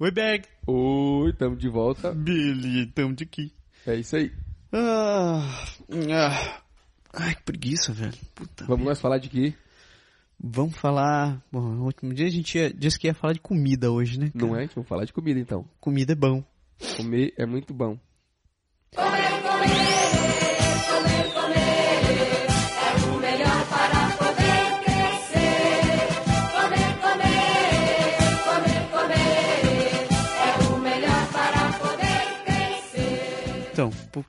Oi, Bag. Oi, tamo de volta. Billy, tamo de aqui. É isso aí. Ah, ah. Ai, que preguiça, velho. Puta Vamos merda. nós falar de quê? Vamos falar... Bom, no último dia a gente ia- disse que ia falar de comida hoje, né? cara? Não é? Vamos falar de comida então. Comida é bom. Comer é muito bom. Então, por,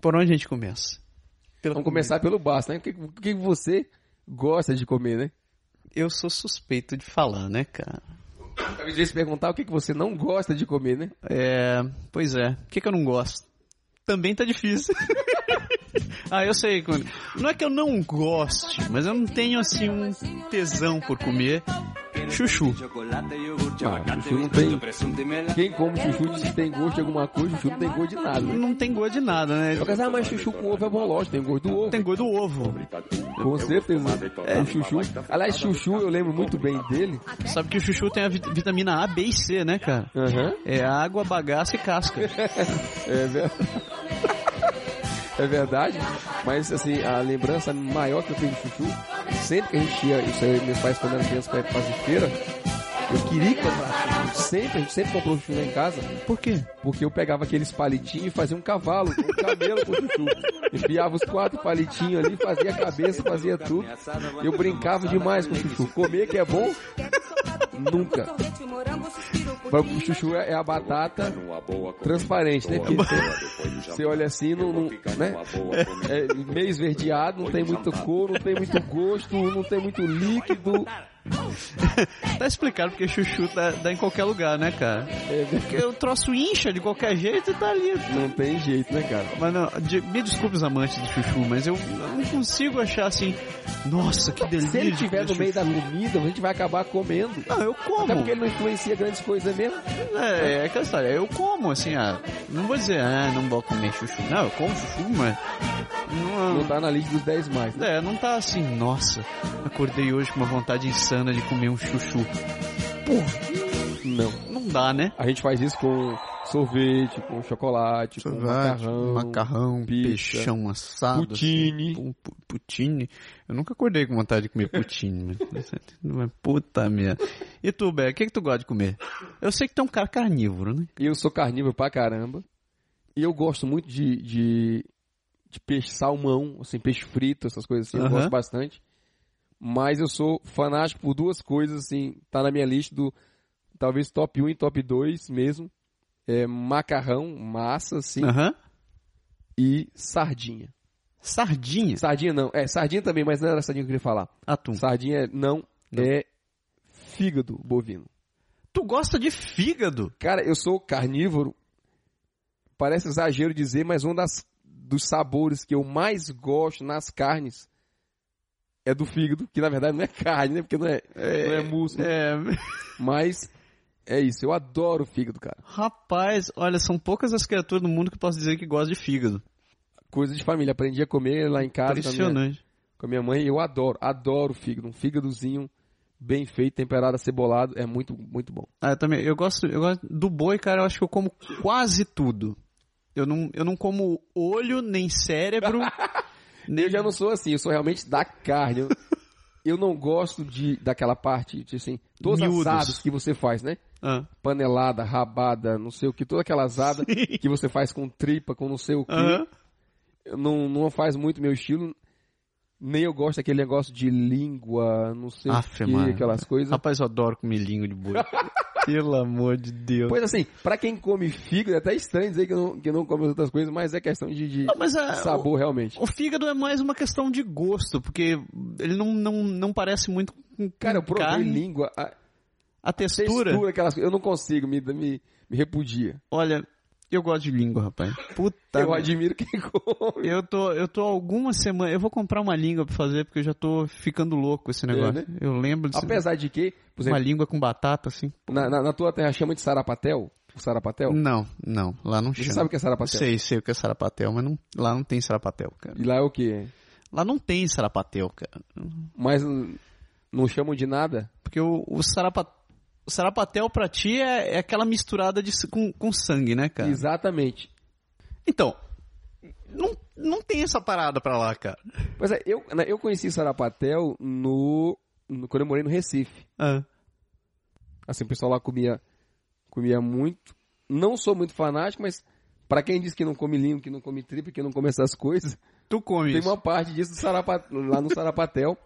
por onde a gente começa? Pela Vamos comida. começar pelo básico, né? O que, o que você gosta de comer, né? Eu sou suspeito de falar, né, cara? Eu devia se perguntar o que, que você não gosta de comer, né? É, pois é. O que, que eu não gosto? Também tá difícil. ah, eu sei. quando- Não é que eu não goste, mas eu não tenho, assim, um tesão por comer chuchu. Ah, chuchu não tem. Quem come chuchu diz que tem gosto de alguma coisa, chuchu não tem gosto de nada, né? Não tem gosto de nada, né? Eu quero ah, mas chuchu com ovo é bom, lógico, tem gosto do ovo. Tem gosto do ovo. Com certeza. É, o chuchu. Aliás, chuchu eu lembro muito bem dele. Sabe que o chuchu tem a vit- vitamina A, B e C, né, cara? Aham. É água, bagaço e casca. É verdade. É verdade, mas assim, a lembrança maior que eu tenho de chuchu, sempre que a gente ia, isso aí meus pais quando eram crianças pra ir fazer feira, eu queria comprar chuchu, sempre, a gente sempre comprou chuchu lá em casa, Por quê? porque eu pegava aqueles palitinhos e fazia um cavalo, um camelo com chuchu. Enfiava os quatro palitinhos ali, fazia a cabeça, fazia tudo. Eu brincava demais com chuchu. Comer que é bom, nunca. Mas o chuchu é é a batata transparente, né? Porque você olha assim, não, não- né? É meio esverdeado, não tem muito cor, não tem muito gosto, não tem muito líquido. Tá explicado porque chuchu tá, dá em qualquer lugar, né, cara? É, Porque o troço incha de qualquer jeito e tá ali. não tem jeito, né, cara? Mas não, de- me desculpe os amantes do chuchu, mas eu não consigo achar assim. Nossa, que delícia. Se ele de tiver comer no meio chuchu. da comida, a gente vai acabar comendo. Não, eu Até como. porque ele não influencia grandes coisas mesmo. É, é aquela história. Eu como, assim, ah, não vou dizer, ah, não vou comer chuchu. Não, eu como chuchu, mas. Não, Não tá na lista dos 10 mais. né? É, não tá assim, nossa, acordei hoje com uma vontade insana de comer um chuchu. Não. Não dá, né? A gente faz isso com sorvete, com chocolate, com macarrão. macarrão, pizza, peixão assado, poutine. assim, pu- pu- poutine. Eu nunca acordei com vontade de comer poutine, mas, mas puta merda. E tu, Bé, o que, que tu gosta de comer? Eu sei que tu é um cara carnívoro, né? Eu sou carnívoro pra caramba. E eu gosto muito de, de, de peixe salmão, assim, peixe frito, essas coisas assim. Eu Aham. gosto bastante. Mas eu sou fanático por duas coisas, assim, tá na minha lista do talvez top 1 e top 2 mesmo. É macarrão, massa, assim, Aham. e sardinha. Sardinha, Sardinha não, é, sardinha também, mas não era sardinha que eu queria falar. atum. Sardinha não, Hum. Não. é fígado bovino. Tu gosta de fígado? Cara, eu sou carnívoro. Parece exagero dizer, mas um das, dos sabores que eu mais gosto nas carnes é do fígado, que na verdade não é carne, né? Porque não é, não é músculo. É, Mas é isso, eu adoro fígado, cara. rapaz, olha, são poucas as criaturas do mundo que eu posso dizer que gostam de fígado. Coisa de família. Aprendi a comer lá em casa com a minha, Impressionante. com a minha mãe. Eu adoro, adoro fígado. Um fígadozinho bem feito, temperado, acebolado, é muito, muito bom. Ah, eu também. Eu gosto, eu gosto do boi, cara. Eu acho que eu como quase tudo. Eu não, eu não como olho, nem cérebro. nem... Eu já não sou assim, eu sou realmente da carne. Eu, eu não gosto de daquela parte, de, assim, todas Miúdos. as asas que você faz, né? Ah, Panelada, rabada, não sei o que, toda aquela asada que você faz com tripa, com não sei o que. aham. Eu Não, não faz muito meu estilo. Nem eu gosto daquele negócio de língua, não sei Aff, o que, mano. aquelas coisas. Rapaz, eu adoro comer lingo de boi. Pelo amor de Deus. Pois assim, pra quem come fígado, é até estranho dizer que não, que não come as outras coisas, mas é questão de, de Não, mas a- sabor, realmente. O fígado é mais uma questão de gosto, porque ele não, não, não parece muito com Cara, eu com provei carne. língua, a A textura, textura, aquelas coisas, eu não consigo, me, me, me repudia. olha, eu gosto de língua, rapaz. Puta. eu merda. admiro quem come. Eu tô, eu tô algumas semanas. Eu vou comprar uma língua pra fazer, porque eu já tô ficando louco esse negócio. né? Eu lembro disso. Apesar de que, por Uma exemplo, língua com batata, assim. na, na- na tua terra chama de sarapatel? O sarapatel? Não, não. Lá não Você chama. sabe o que é sarapatel? Sei, sei o que é sarapatel, mas não- lá não tem sarapatel, cara. E lá é o quê? Lá não tem sarapatel, cara. Mas hum, não chamam de nada? Porque o, o, sarapa, o sarapatel pra ti é, é aquela misturada de, s- com, com sangue, né, É. cara? Exatamente. Então, não, não tem essa parada pra lá, cara. Pois é, eu, na- eu conheci Sarapatel no, no- quando eu morei no Recife. Ah, Assim, o pessoal lá comia, comia muito. Não sou muito fanático, mas pra quem diz que não come língua, que não come tripa, que não come essas coisas, tu come tem isso. uma parte disso do Sarapa- lá no Sarapatel.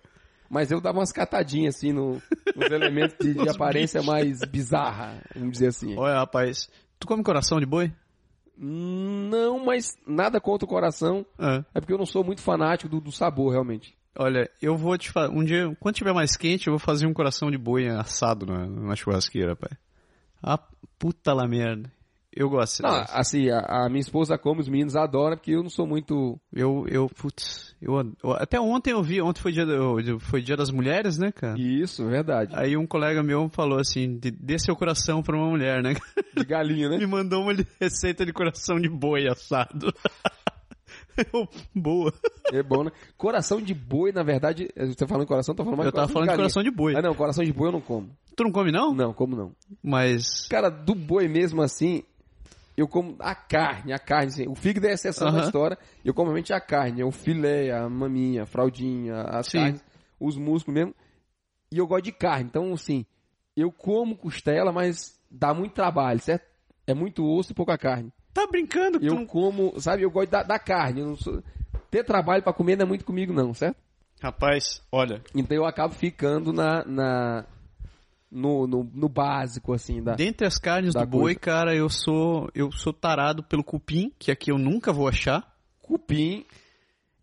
Mas eu dava umas catadinhas, assim, no- nos elementos de, de Nos aparência mais bizarra, vamos dizer assim. Olha, rapaz, tu come coração de boi? Não, mas nada contra o coração. Ah. É porque eu não sou muito fanático do, do sabor, realmente. Olha, eu vou te falar. Um dia, quando tiver mais quente, eu vou fazer um coração de boi assado na, na churrasqueira, pai. Ah, puta lá merda. Eu gosto. Não, dessa. assim, a, a minha esposa come, os meninos adoram, é porque eu não sou muito. Eu, eu, putz, eu, ad- eu- até ontem eu vi, ontem foi dia, do- foi dia das mulheres, né, cara? Isso, verdade. Aí um colega meu falou assim, "Dê- dê seu coração pra uma mulher, né? De galinha, né? Me mandou uma receita de coração de boi assado. Eu, Boa. É bom, né? Coração de boi, na verdade. Você falando em coração, tá falando mais Eu tava falando de coração de boi. galinha. Ah, não, coração de boi eu não como. Tu não come não? Não, como não. Mas Cara, do boi mesmo assim, eu como a carne, a carne, assim. O fígado é a exceção da Aham. história. Eu como realmente a carne, é o filé, a maminha, a fraldinha, as Sim. carnes, os músculos mesmo. E eu gosto de carne, então assim, eu como costela, mas dá muito trabalho, certo? É muito osso e pouca carne. tá brincando? tu Eu não- como, sabe, eu gosto da, da carne. eu não sou- Ter trabalho pra comer não é muito comigo, não, certo? Rapaz, olha, Então eu acabo ficando na. na no, no, no básico, assim, da. Dentre as carnes da do boi, coisa. cara, eu sou eu sou tarado pelo cupim, que aqui eu nunca vou achar, Cupim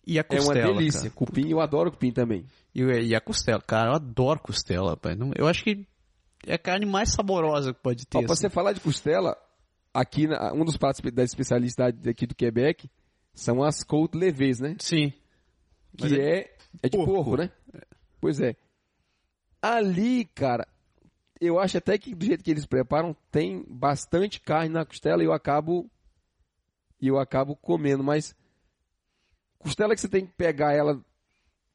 e a é uma costela. delícia. cara. Cupim, eu adoro cupim também. E, e a costela, cara, eu adoro costela, rapaz. Não- Eu acho que é a carne mais saborosa que pode ter. Ó, pra assim. você falar de costela, aqui, na- um dos pratos da especialidade aqui do Quebec são as côte levées, né? Sim. Mas Que é, é de porco. porco, né? Pois é. Ali, cara, eu acho até que do jeito que eles preparam, tem bastante carne na costela e eu acabo e eu acabo comendo, mas costela que você tem que pegar ela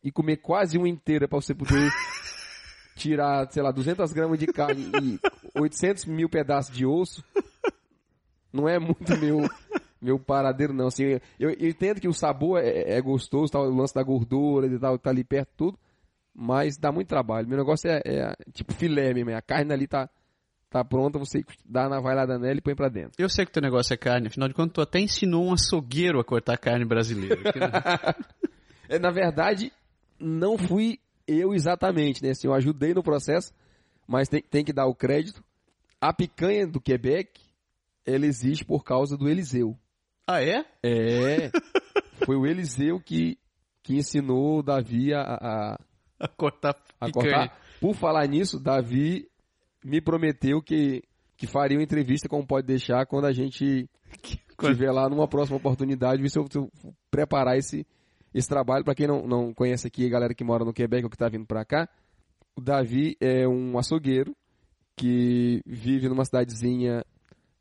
e comer quase uma inteira pra você poder tirar, sei lá, 200 gramas de carne e 800 mil pedaços de osso, não é muito meu meu paradeiro, não. Assim, eu, eu entendo que o sabor é, é gostoso, tal, o lance da gordura e tal, tá ali perto tudo, mas dá muito trabalho. Meu negócio é, é tipo filé mesmo, é a carne ali tá, tá pronta, você dá na vailada nela e põe pra dentro. Eu sei que teu negócio é carne, afinal de contas, tu até ensinou um açougueiro a cortar carne brasileira. que, né? É, na verdade, não fui eu exatamente, né? Assim, eu ajudei no processo, mas tem, tem que dar o crédito. A picanha do Quebec, ela existe por causa do Eliseu. ah, é? É. Foi o Eliseu que, que ensinou o Davi a, a, A cortar a picanha. cortar. Por falar nisso, Davi me prometeu que, que faria uma entrevista com o Pode Deixar quando a gente estiver lá numa próxima oportunidade, ver se eu, se eu preparar esse, esse trabalho. Para quem não, não conhece aqui, a galera que mora no Quebec ou que está vindo para cá, o Davi é um açougueiro que vive numa cidadezinha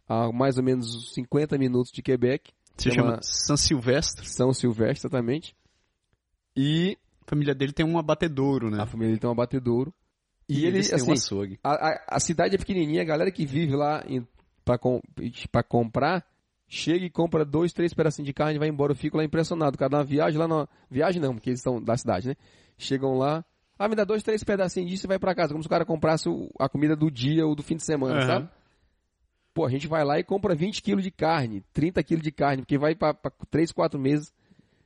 a mais ou menos uns 50 minutos de Quebec, Se chama- chama San Silvestre. São Silvestre, exatamente. E A família dele tem um abatedouro, né? a família dele tem um abatedouro. E, ele, eles têm assim, um açougue. A, a- a cidade é pequenininha, a galera que vive lá para comprar chega e compra dois, três pedacinhos de carne e vai embora. Eu fico lá impressionado. Cada uma viagem lá na viagem não, porque eles são da cidade, né? Chegam lá, ah, me dá dois, três pedacinhos disso e vai para casa, como se o cara comprasse o- a comida do dia ou do fim de semana, Aham. sabe? Pô, a gente vai lá e compra 20 quilos de carne, 30 quilos de carne, porque vai para três, quatro meses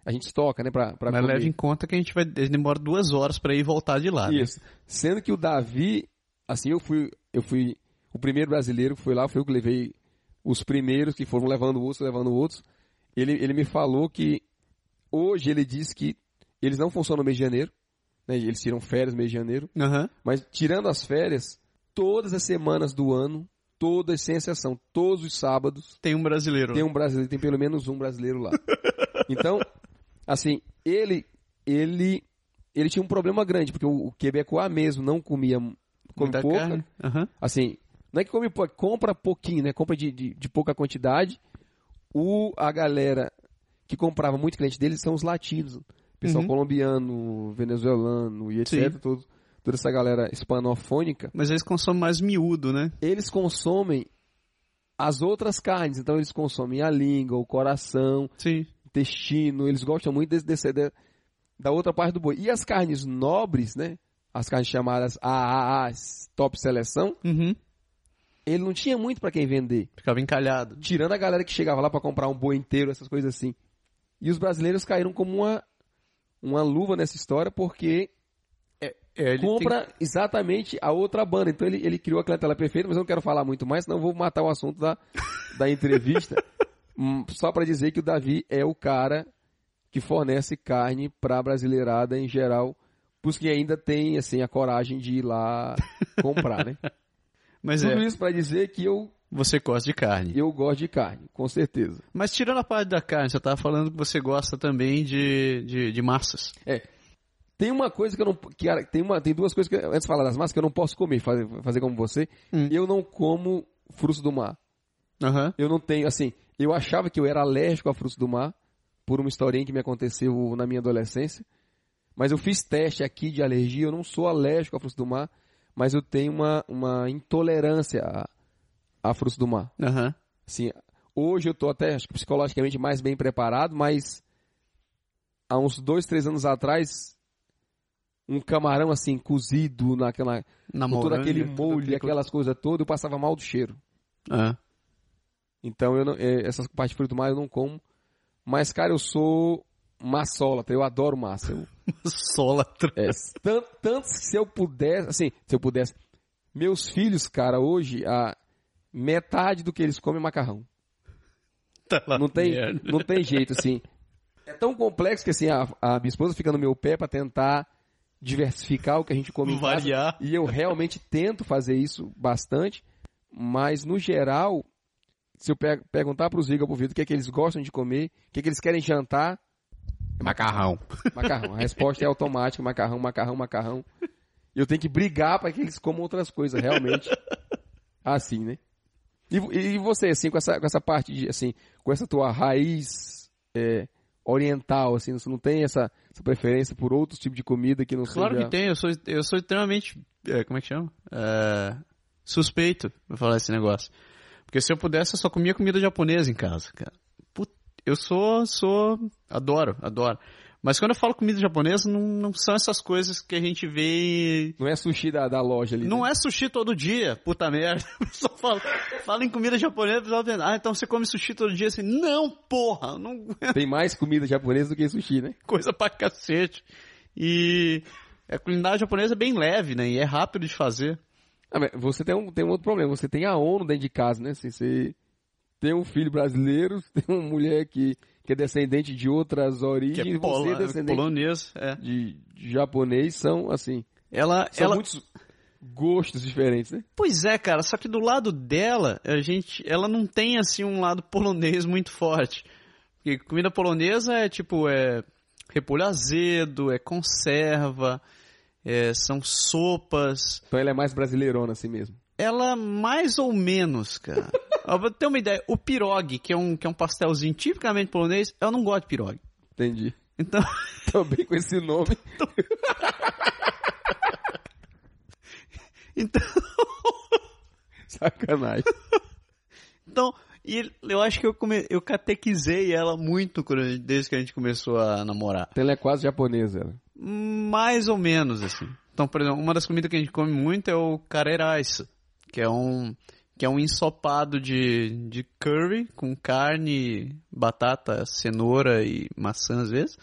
a gente estoca, né? Pra, pra Mas comer. leve em conta que a gente vai. Ele demora duas horas pra ir e voltar de lá. né? Isso. Sendo que o Davi, assim, eu fui, eu fui O primeiro brasileiro que foi lá, foi eu que levei os primeiros que foram levando outros, levando outros. Ele, ele me falou que hoje ele diz que eles não funcionam no mês de janeiro, né? Eles tiram férias no mês de janeiro, Aham. mas tirando as férias, todas as semanas do ano, todas sem exceção, todos os sábados, Tem um brasileiro. tem um brasileiro, tem pelo menos um brasileiro lá. Então, assim, ele ele ele tinha um problema grande, porque o, o quebecois mesmo não comia come Muita pouca, carne. Aham. assim, não é que come pouco, compra pouquinho, né? Compra de, de, de pouca quantidade. O, a galera que comprava muito cliente deles são os latinos. Pessoal Uhum. colombiano, venezuelano e etc. Sim. Todo, toda essa galera hispanofônica. Mas eles consomem mais miúdo, né? Eles consomem as outras carnes. Então eles consomem a língua, o coração, Sim. intestino. Eles gostam muito desse, desse- da- da outra parte do boi. E as carnes nobres, né? As carnes chamadas AAA, top seleção Uhum. ele não tinha muito pra quem vender. Ficava encalhado. Tirando a galera que chegava lá pra comprar um boi inteiro, essas coisas assim. E os brasileiros caíram como uma, uma luva nessa história, porque É, ele compra exatamente a outra banda. Então ele, ele criou a clientela perfeita, mas eu não quero falar muito mais, senão eu vou matar o assunto da, da entrevista. Hum, Só pra dizer que o Davi é o cara que fornece carne pra brasileirada em geral, pros que ainda tem assim, a coragem de ir lá comprar, É. né? tem- Mas Tudo é, isso pra dizer que eu, você gosta de carne. eu gosto de carne, com certeza. Mas tirando a parte da carne, você tava falando que você gosta também de, de, de massas. É, Tem uma coisa que eu não. Que, cara, tem, uma, tem duas coisas que. Antes de falar das massas, que eu não posso comer, fazer, fazer como você. Hum. Eu não como frutos do mar. Aham. Eu não tenho, assim. Eu achava que eu era alérgico a frutos do mar, por uma historinha que me aconteceu na minha adolescência. Mas eu fiz teste aqui de alergia, eu não sou alérgico a frutos do mar, mas eu tenho uma, uma intolerância a, a frutos do mar. Aham. Assim, hoje eu tô até acho que psicologicamente mais bem preparado, mas há uns dois, três anos atrás, um camarão assim, cozido naquela, Na com todo moranga, aquele tudo molho, aquele- aquelas coisas todas, eu passava mal do cheiro. Ah. Então eu não, é, essas partes de fruto do mar eu não como. Mas, cara, eu sou maçólatra, eu adoro massa. Eu, Solatra. é, tan- tanto que se eu pudesse, assim, se eu pudesse. Meus filhos, cara, hoje, a metade do que eles comem é macarrão. Tá lá. Não tem, Merda. não tem jeito, assim. É tão complexo que, assim, a, a minha esposa fica no meu pé pra tentar diversificar o que a gente come em casa. Variar. E eu realmente tento fazer isso bastante, mas, no geral, se eu pe- perguntar pros Igor pro Vitor o que é que eles gostam de comer, o que é que eles querem jantar, Macarrão. macarrão. A resposta é automática, macarrão, macarrão, macarrão. E eu tenho que brigar pra que eles comam outras coisas, realmente. Assim, né? E, vo- e você, assim, com essa, com essa parte de, assim, com essa tua raiz é, oriental, assim, você não tem essa, essa preferência por outros tipos de comida que não Claro seja... que tem, eu sou, eu sou extremamente. é, como é que chama? É, suspeito pra falar esse negócio. Porque se eu pudesse, eu só comia comida japonesa em casa, cara. Put- eu sou, sou. Adoro, adoro. Mas quando eu falo comida japonesa, não, não são essas coisas que a gente vê. Não é sushi da, da loja ali, né? Não é sushi todo dia, puta merda. O pessoal fala, fala em comida japonesa, o pessoal pensa, ah, então você come sushi todo dia assim. Não, porra! eu Não, é... Tem mais comida japonesa do que sushi, né? coisa pra cacete. E a culinária japonesa é bem leve, né? E é rápido de fazer. Ah, mas você tem um, tem um outro problema, você tem a ONU dentro de casa, né? Assim, você tem um filho brasileiro, tem uma mulher que, que é descendente de outras Que origens, é você é pola, descendente polonês. É. de, de japonês, são assim, Ela, são ela... muitos gostos diferentes, né? Pois é, cara, só que do lado dela, a gente, ela não tem assim um lado polonês muito forte. Porque comida polonesa é tipo é repolho azedo, é conserva, é, são sopas, Então ela é mais brasileirona assim mesmo. Ela mais ou menos, cara. Ó, pra ter uma ideia, o pirogue, que é um, que é um pastelzinho tipicamente polonês, ela não gosta de pirogue. Entendi. Então, Também com esse nome. então, Sacanagem. então e eu acho que eu, come, eu catequizei ela muito quando- desde que a gente começou a namorar. Então ela é quase japonesa, ela. Mais ou menos, assim. Então, por exemplo, uma das comidas que a gente come muito é o careraisa, que é um, que é um ensopado de, de curry com carne, batata, cenoura e maçã, às vezes,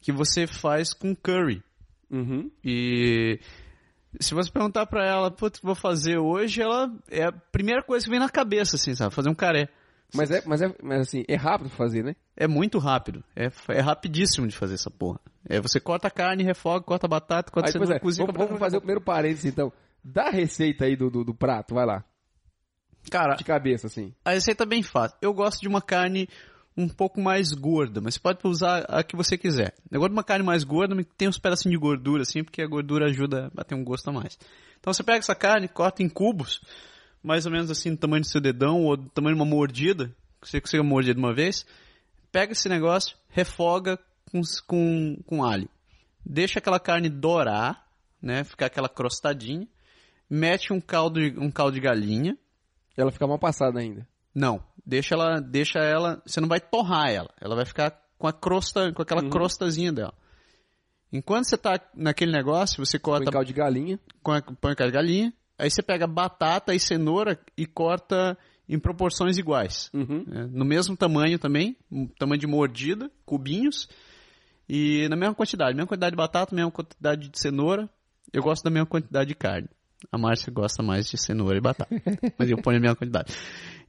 que você faz com curry. Uhum. E Se você perguntar pra ela, putz, vou fazer hoje, ela é a primeira coisa que vem na cabeça, assim, sabe? Fazer um caré. Mas é, mas é, mas assim, é rápido fazer, né? É muito rápido. É, é rapidíssimo de fazer essa porra. É, você corta a carne, refoga, corta a batata, corta Aí, a pois cenoura, é, cozinha... vamos, vamos fazer o primeiro parênteses então. Dá a receita aí do, do, do prato, vai lá. Cara, De cabeça, assim. a receita é bem fácil. Eu gosto de uma carne um pouco mais gorda, mas você pode usar a que você quiser. Eu gosto de uma carne mais gorda, mas que tem uns pedacinhos de gordura, assim, porque a gordura ajuda a ter um gosto a mais. Então você pega essa carne, corta em cubos, mais ou menos assim, do tamanho do seu dedão, ou do tamanho de uma mordida, que você consiga morder de uma vez. Pega esse negócio, refoga com, s- com, com alho. Deixa aquela carne dourar, né, ficar aquela crostadinha. Mete um caldo, de- um caldo de galinha, Ela fica mal passada ainda. não, deixa ela, deixa ela, você não vai torrar ela, ela vai ficar com a crosta, com aquela crostazinha dela. Enquanto você tá naquele negócio, você Põe corta caldo de galinha. com a põe com a galinha, aí você pega batata e cenoura e corta em proporções iguais. Uhum. né? No mesmo tamanho também, um tamanho de mordida, cubinhos, e na mesma quantidade, mesma quantidade de batata, mesma quantidade de cenoura. Eu gosto da mesma quantidade de carne. A Márcia gosta mais de cenoura e batata, mas eu ponho a mesma quantidade.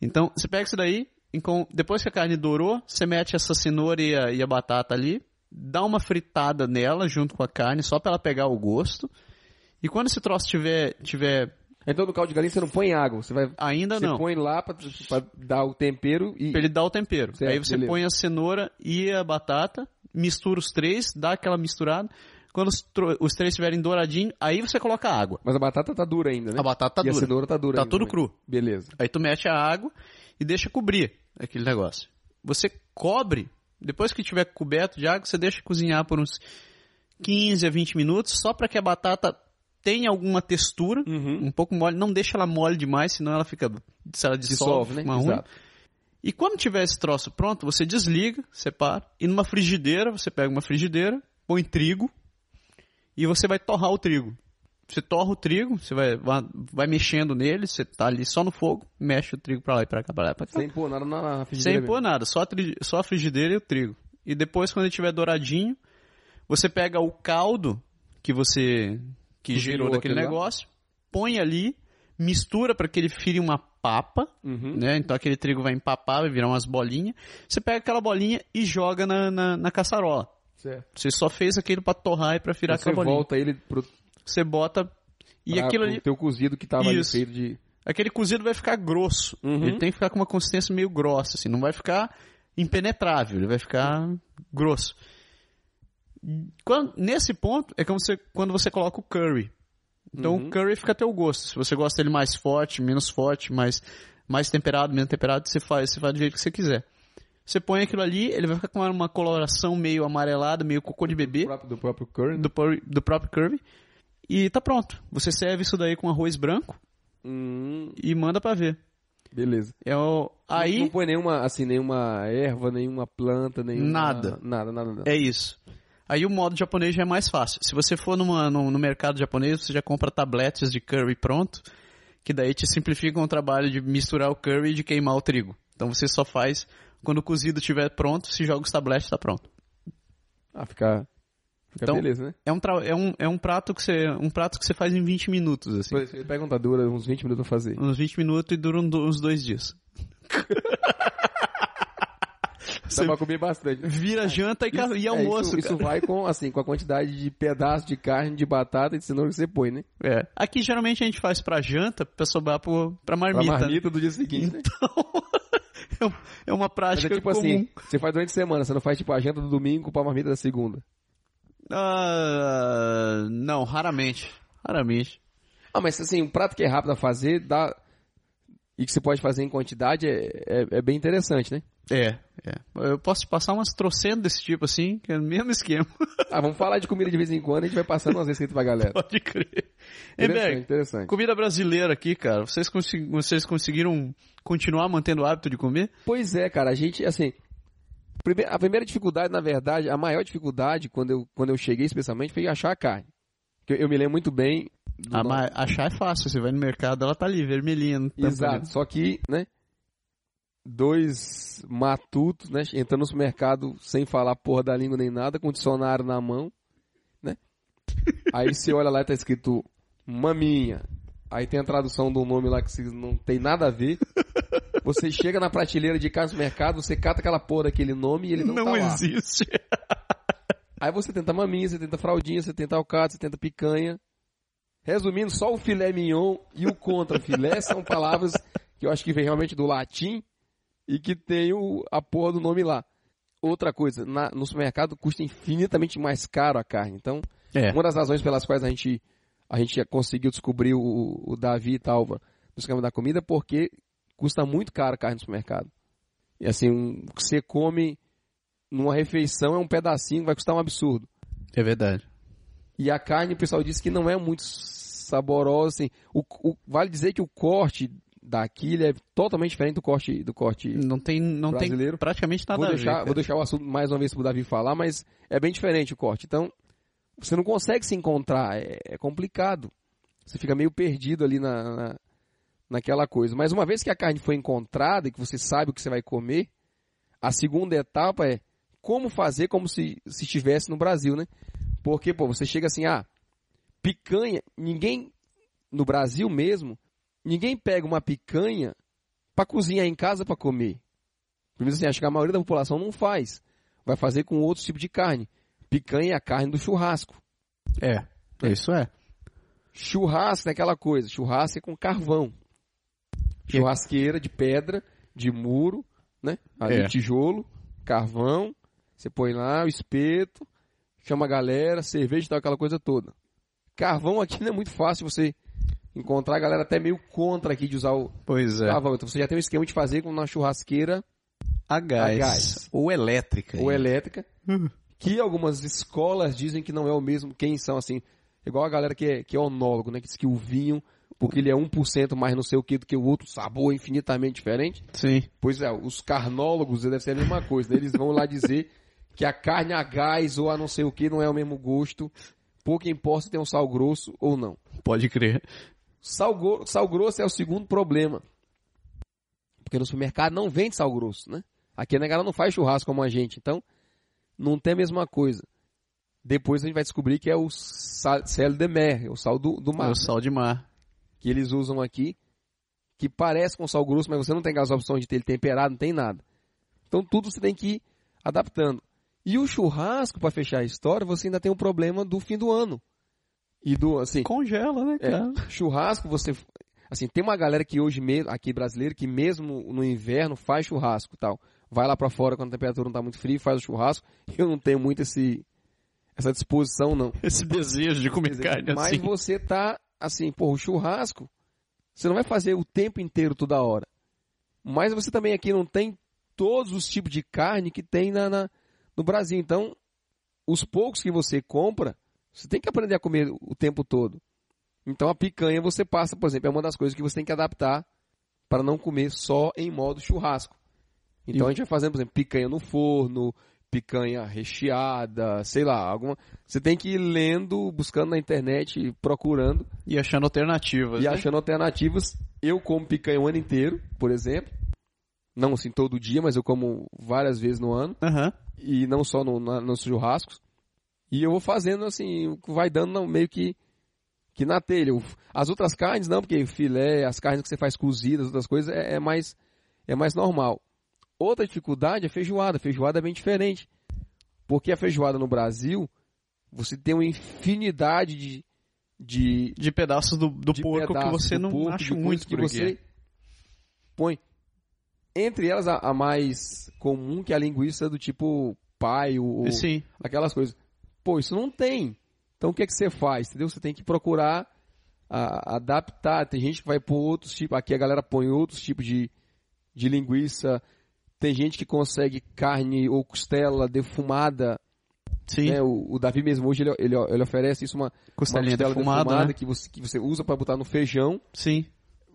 Então, você pega isso daí, encon- depois que a carne dourou, você mete essa cenoura e a, e a batata ali, dá uma fritada nela junto com a carne, só pra ela pegar o gosto. E quando esse troço tiver, tiver Então no caldo de galinha você não põe água, você vai. ainda você não, põe lá pra, pra dar o tempero e. pra ele dar o tempero. Certo, Aí você beleza. põe a cenoura e a batata, mistura os três, dá aquela misturada. Quando os, tro- os três estiverem douradinhos, aí você coloca a água. Mas a batata tá dura ainda, né? A batata tá e a dura. cenoura tá dura Tá ainda tudo também. cru. Beleza. Aí tu mete a água e deixa cobrir aquele negócio. Você cobre, depois que tiver coberto de água, você deixa cozinhar por uns 15 a 20 minutos, só para que a batata tenha alguma textura, Uhum. um pouco mole. Não deixa ela mole demais, senão ela fica, se ela dissolve, Dissolve, né? fica ruim. Exato. E quando tiver esse troço pronto, você desliga, separa, e numa frigideira, você pega uma frigideira, põe trigo, e você vai torrar o trigo. Você torra o trigo, você vai, vai, vai mexendo nele, você tá ali só no fogo, mexe o trigo pra lá e pra cá, pra lá e pra cá. Sem pôr nada na na frigideira. Sem pôr nada, só a, tri- só a frigideira e o trigo. E depois, quando ele tiver douradinho, você pega o caldo que você que Cozinhou gerou daquele aquele lá. negócio, põe ali, mistura para que ele fire uma papa, mesmo. Uhum. né? Então aquele trigo vai empapar, vai virar umas bolinhas. Você pega aquela bolinha e joga na, na, na caçarola. Certo. Então, Você só fez aquilo pra torrar e pra virar Você aquela bolinha. volta ele pro, Você bota e pra- aquilo pro ali, teu cozido que tava ali Isso. feito de. aquele cozido vai ficar grosso. Uhum. Ele tem que ficar com uma consistência meio grossa, assim, não vai ficar impenetrável, ele vai ficar grosso. Quando- nesse ponto é como você, quando você coloca o curry. Então Uhum. o curry fica a teu gosto. Se você gosta dele mais forte, menos forte, mais, mais temperado, menos temperado, você faz, você faz do jeito que você quiser. Você põe aquilo ali, ele vai ficar com uma- uma coloração meio amarelada, meio cocô de bebê próprio- Do próprio curry. do, por- do próprio curry. E tá pronto. Você serve isso daí com arroz branco Hum, e manda pra ver. beleza. É o... Aí Não, não põe nenhuma, assim, nenhuma erva, nenhuma planta, nenhuma. Nada. Nada, nada, nada. é isso. Aí o modo japonês já é mais fácil. Se você for numa, no, no mercado japonês, você já compra tabletes de curry pronto, que daí te simplificam o trabalho de misturar o curry e de queimar o trigo. Então você só faz quando o cozido estiver pronto, se joga os tabletes, tá pronto. Ah, fica. Fica Então- beleza, né? É um, tra- é um, é um prato que você um prato que você faz em 20 minutos assim. Por isso, ele Pega um dura uns 20 minutos pra fazer. Uns 20 minutos e dura um do- uns dois dias. Dá pra comer bastante. né? Vira janta e, ca- e É, almoço. isso, isso cara. vai com, assim, com a quantidade de pedaço de carne, de batata e de cenoura que você põe, né? É. Aqui geralmente a gente faz pra janta, pra sobrar pro, Pra pra marmita. né? marmita do dia seguinte, né? Então, é um- é uma Mas prática é tipo comum. assim, você faz durante a semana, você não faz tipo a janta do domingo com a marmita da segunda. Ah, não, raramente. Raramente. Ah, mas assim, um prato que é rápido a fazer, dá... E que você pode fazer em quantidade é, é, é bem interessante, né? É, é. Eu posso te passar umas trocentas desse tipo assim, que é o mesmo esquema. Ah, vamos falar de comida de vez em quando, a gente vai passando umas receitas pra galera. Pode crer. Hein, Interessante, Berg, interessante. comida brasileira aqui, cara. Vocês, consi- vocês conseguiram continuar mantendo o hábito de comer? Pois é, cara, a gente, assim. prime- A primeira dificuldade, na verdade, a maior dificuldade quando eu, quando eu cheguei especialmente foi achar a carne. Que Eu, eu me lembro muito bem. do Ah, nosso- mas achar é fácil. Você vai no mercado, ela tá ali, vermelhinha. não tá Exato, só que, né? Dois matutos, né? Entrando no supermercado sem falar porra da língua nem nada, com o dicionário na mão, né? Aí você olha lá e tá escrito maminha. Aí tem a tradução do nome lá que se- não tem nada a ver. Você chega na prateleira de casa do mercado, você cata aquela porra daquele nome e ele não, Não, tá lá. existe. Aí você tenta maminha, você tenta fraldinha, você tenta alcatra, você tenta picanha. Resumindo, só o filé mignon e o contra filé são palavras que eu acho que vem realmente do latim e que tem o, a porra do nome lá. Outra coisa, na- no supermercado custa infinitamente mais caro a carne. Então, É. uma das razões pelas quais a gente, a gente conseguiu descobrir o, o Davi e Talva no esquema da comida, porque custa muito caro a carne no supermercado. E assim, um- o que você come numa refeição é um pedacinho, vai custar um absurdo. É verdade. E a carne, o pessoal disse que não é muito saborosa, assim. O, o- vale dizer que o corte daqui ele é totalmente diferente do corte do corte. Não tem, não tem Brasileiro. praticamente nada Vou a ver. deixar, cara. vou deixar o assunto mais uma vez pro Davi falar, mas é bem diferente o corte. Então, você não consegue se encontrar, é, é complicado. Você fica meio perdido ali na, na- naquela coisa. Mas uma vez que a carne foi encontrada e que você sabe o que você vai comer, a segunda etapa é como fazer como se, se estivesse no Brasil, né? Porque, pô, você chega assim, ah, picanha, ninguém, no Brasil mesmo, ninguém pega uma picanha pra cozinhar em casa pra comer. Primeiro assim, acho que a maioria da população não faz. Vai fazer com outro tipo de carne. Picanha é a carne do churrasco. É, isso é. Churrasco é aquela coisa, churrasco é com carvão. é Churrasqueira de pedra, de muro, né? Ali É. tijolo, carvão, você põe lá o espeto, chama a galera, cerveja e tal, aquela coisa toda. Carvão aqui não é muito fácil você encontrar, a galera até meio contra aqui de usar o Pois é. carvão. Então você já tem um esquema de fazer com uma churrasqueira A gás. A gás. Ou elétrica. ou ainda. elétrica, que algumas escolas dizem que não é o mesmo, quem são assim, igual a galera que é, que é onólogo, né, que diz que o vinho, porque ele é 1% mais não sei o que do que o outro, sabor infinitamente diferente. Sim. Pois é, os carnólogos deve ser a mesma coisa, né? eles vão lá dizer que a carne a gás ou a não sei o que não é o mesmo gosto, pouco importa se tem um sal grosso ou não. Pode crer. Sal, go- sal grosso é o segundo problema. Porque no supermercado não vende sal grosso, né? Aqui na galera não faz churrasco como a gente, então não tem a mesma coisa. Depois a gente vai descobrir que é o sal, sel de mer, o sal do, do mar, É né? o sal de mar. que eles usam aqui, que parece com sal grosso, mas você não tem as opções de ter ele temperado, não tem nada. Então tudo você tem que ir adaptando. E o churrasco, para fechar a história, você ainda tem o problema do fim do ano. E do, assim, Congela, né, é, cara? churrasco, você. Assim, tem uma galera que hoje, mesmo aqui brasileiro, que mesmo no inverno faz churrasco e tal. Vai lá pra fora quando a temperatura não tá muito fria e faz o churrasco. Eu não tenho muito esse, essa disposição, não. Esse desejo de comer carne Mas assim. você tá, assim, pô, o churrasco, você não vai fazer o tempo inteiro toda hora. Mas você também aqui não tem todos os tipos de carne que tem na, na- no Brasil. Então, os poucos que você compra, você tem que aprender a comer o tempo todo. Então, a picanha você passa, por exemplo, é uma das coisas que você tem que adaptar para não comer só em modo churrasco. Então, E- a gente vai fazendo, por exemplo, picanha no forno, picanha recheada, sei lá, alguma. Você tem que ir lendo, buscando na internet, procurando E achando alternativas. e né? achando alternativas. Eu como picanha o ano inteiro, por exemplo. Não assim todo dia, mas eu como várias vezes no ano. Aham. E não só no, na- nos churrascos. E eu vou fazendo assim, o que vai dando não, meio que, que na telha. O- As outras carnes não, porque filé, as carnes que você faz cozidas, outras coisas, é, é mais, é mais normal. Outra dificuldade é feijoada. Feijoada é bem diferente. Porque a feijoada no Brasil, você tem uma infinidade de- de, De pedaços do, do de porco que pedaço você do não porco, de acha coisas muito que por aqui. você põe. Entre elas, a, a mais comum, que é a linguiça do tipo pai ou ou Sim. aquelas coisas. Pô, isso não tem. Então o que é que você faz? Entendeu? Você tem que procurar a- adaptar. Tem gente que vai pôr outros tipos. Aqui a galera põe outros tipos de, de linguiça. Tem gente que consegue carne ou costela defumada. Sim. né? O, o Davi mesmo hoje ele, ele, ele oferece isso uma, uma Costelinha costela defumada, né? que, você, que você usa para botar no feijão. Sim.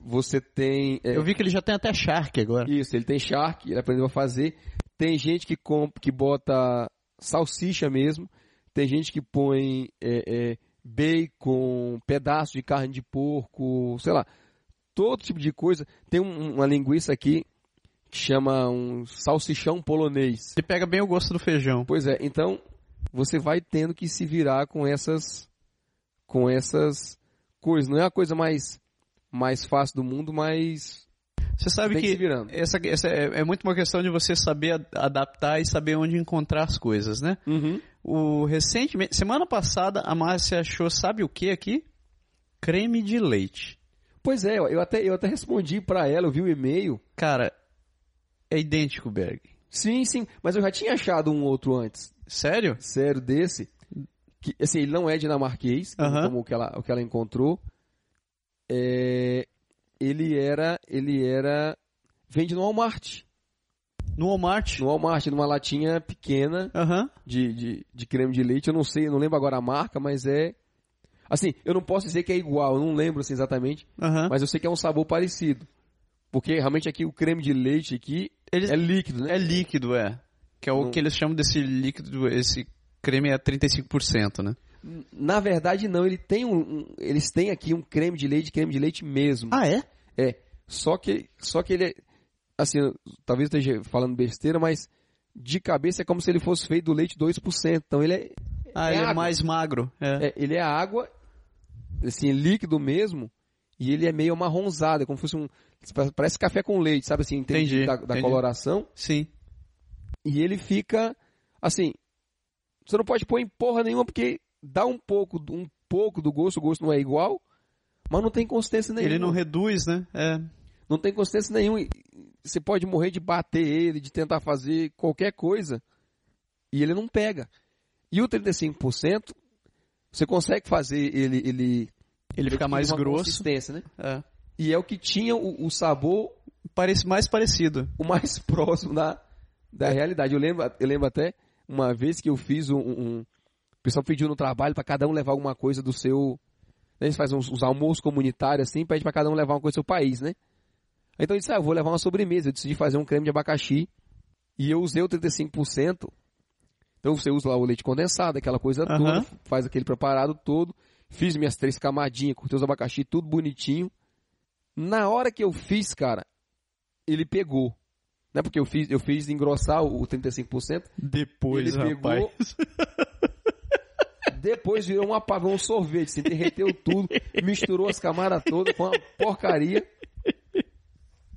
Você tem. é, Eu vi que ele já tem até charque agora. Isso, ele tem charque, ele aprendeu a fazer. Tem gente que compra, que bota salsicha mesmo. Tem gente que põe é, é, bacon, pedaço de carne de porco, sei lá. Todo tipo de coisa. Tem um- uma linguiça aqui que chama um salsichão polonês. Ele pega bem o gosto do feijão. Pois é, então você vai tendo que se virar com essas com essas coisas. Não é a coisa mais, mais fácil do mundo, mas Você sabe tem que se que virando. essa, essa é, é muito uma questão de você saber ad- adaptar e saber onde encontrar as coisas, né? Uhum. O recentemente, semana passada, a Márcia achou, sabe o que aqui? Creme de leite. Pois é, eu até, eu até respondi pra ela, eu vi o e-mail. Cara, é idêntico, Berg. Sim, sim, mas eu já tinha achado um outro antes, Sério? sério desse. Que, assim, ele não é dinamarquês, Aham. como o que ela, o que ela encontrou. É, ele era, ele era, vende no Walmart. No Walmart? No Walmart, numa latinha pequena Aham. de, de, de creme de leite, eu não sei, eu não lembro agora a marca, mas é... Assim, eu não posso dizer que é igual, eu não lembro assim, exatamente, Aham. mas eu sei que é um sabor parecido. Porque realmente aqui o creme de leite aqui Eles- é líquido, né? É líquido, é. Que é o Não. que eles chamam desse líquido, esse creme é 35%, né? Na verdade, não. Ele tem um, um- eles têm aqui um creme de leite, creme de leite mesmo. Ah, é? Só que, só que ele, é, assim, eu- talvez eu esteja falando besteira, mas de cabeça é como se ele fosse feito do leite 2%. Então ele é, Ah, É ele é água. mais magro. É. é- ele é água, assim, líquido mesmo. E ele é meio amarronzado, é como se fosse um. Parece café com leite, sabe assim? Entende Entendi, da, da entendi. coloração. Sim. E ele fica, assim. Você não pode pôr em porra nenhuma, porque dá um pouco, um pouco do gosto, o gosto não é igual, mas não tem consistência nenhuma. Ele não reduz, né? É. Não tem consistência nenhuma. E Você pode morrer de bater ele, de tentar fazer qualquer coisa, e ele não pega. E o 35%, você consegue fazer ele. Ele, Ele fica adquirir mais uma grosso. consistência, né? É. E é o que tinha o, o sabor Parece mais parecido. o mais próximo da, da realidade. Eu lembro, eu lembro até uma vez que eu fiz um. um- o pessoal pediu no trabalho para cada um levar alguma coisa do seu. né, Eles fazem uns, uns almoços comunitários assim, pede para cada um levar uma coisa do seu país, né? Então eu disse, ah, eu vou levar uma sobremesa. Eu decidi fazer um creme de abacaxi e eu usei o 35%. Então você usa lá o leite condensado, aquela coisa Aham. toda, faz aquele preparado todo. Fiz minhas três camadinhas, cortei os abacaxi, tudo bonitinho. Na hora que eu fiz, cara, ele pegou. Né? Porque eu fiz, eu fiz engrossar o o 35%, Depois, Ele pegou- depois virou uma pavão, um sorvete, se derreteu tudo, misturou as camadas todas, foi uma porcaria.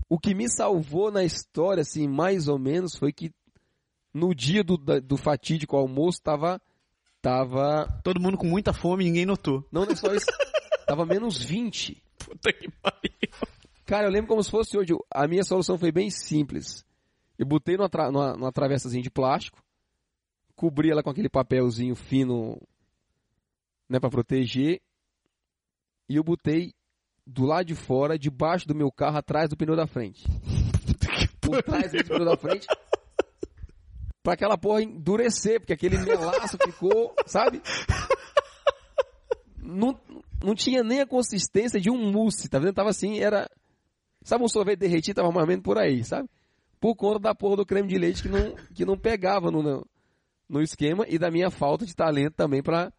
O que me salvou na história, assim, mais ou menos, foi que no dia do, da- do fatídico almoço, tava, tava, Todo mundo com muita fome, ninguém notou. não, não é só isso, tava menos 20. Puta que pariu. Cara, eu lembro como se fosse hoje. A minha solução foi bem simples. Eu botei numa, tra- numa, numa travessazinha de plástico, cobri ela com aquele papelzinho fino, né, para proteger, e eu botei do lado de fora, debaixo do meu carro, atrás do pneu da frente. Por trás do pneu da frente. Pra aquela porra endurecer, porque aquele melaço ficou, sabe? Não, não tinha nem a consistência de um mousse, tá vendo? Tava assim, era. Sabe um sorvete derretido, tava mais ou menos por aí, sabe? Por conta da porra do creme de leite que não, que não pegava no- no, no esquema e da minha falta de talento também pra,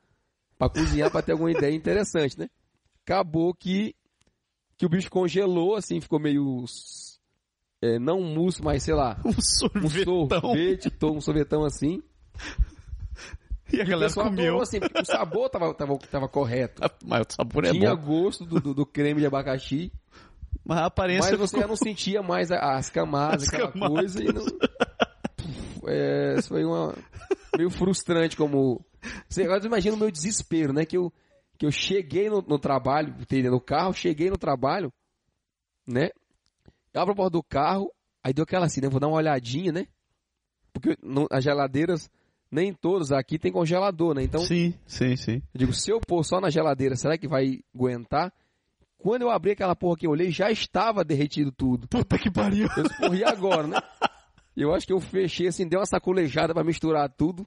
pra cozinhar, pra ter alguma ideia interessante, né? Acabou que, que o bicho congelou, assim, ficou meio. é, não um mousse, mas sei lá. Um Um sorvetão. sorvete, to- um sorvetão assim. E a O galera pessoal comeu. adorou, assim, porque o sabor tava, tava, tava correto. Ah, Mas o sabor é Tinha bom. gosto do, do, do creme de abacaxi. Mas a aparência Mas você já ficou... não sentia mais a- as camadas, As aquela camadas. coisa e não. Puf, É, isso foi uma. meio frustrante como. Você agora imagina o meu desespero, né? Que eu, que eu cheguei no, no trabalho, entrei no carro, cheguei no trabalho, né? Eu abro a porta do carro, aí deu aquela assim, né? Vou dar uma olhadinha, né? Porque não- as geladeiras, nem todas aqui tem congelador, né? Então, Sim, sim, sim. eu digo, se eu pôr só na geladeira, será que vai aguentar? Quando eu abri aquela porra que eu olhei, já estava derretido tudo. Puta que pariu. Eu disse, "Porra, e agora, né? Eu acho que eu fechei assim, dei uma sacolejada pra misturar tudo.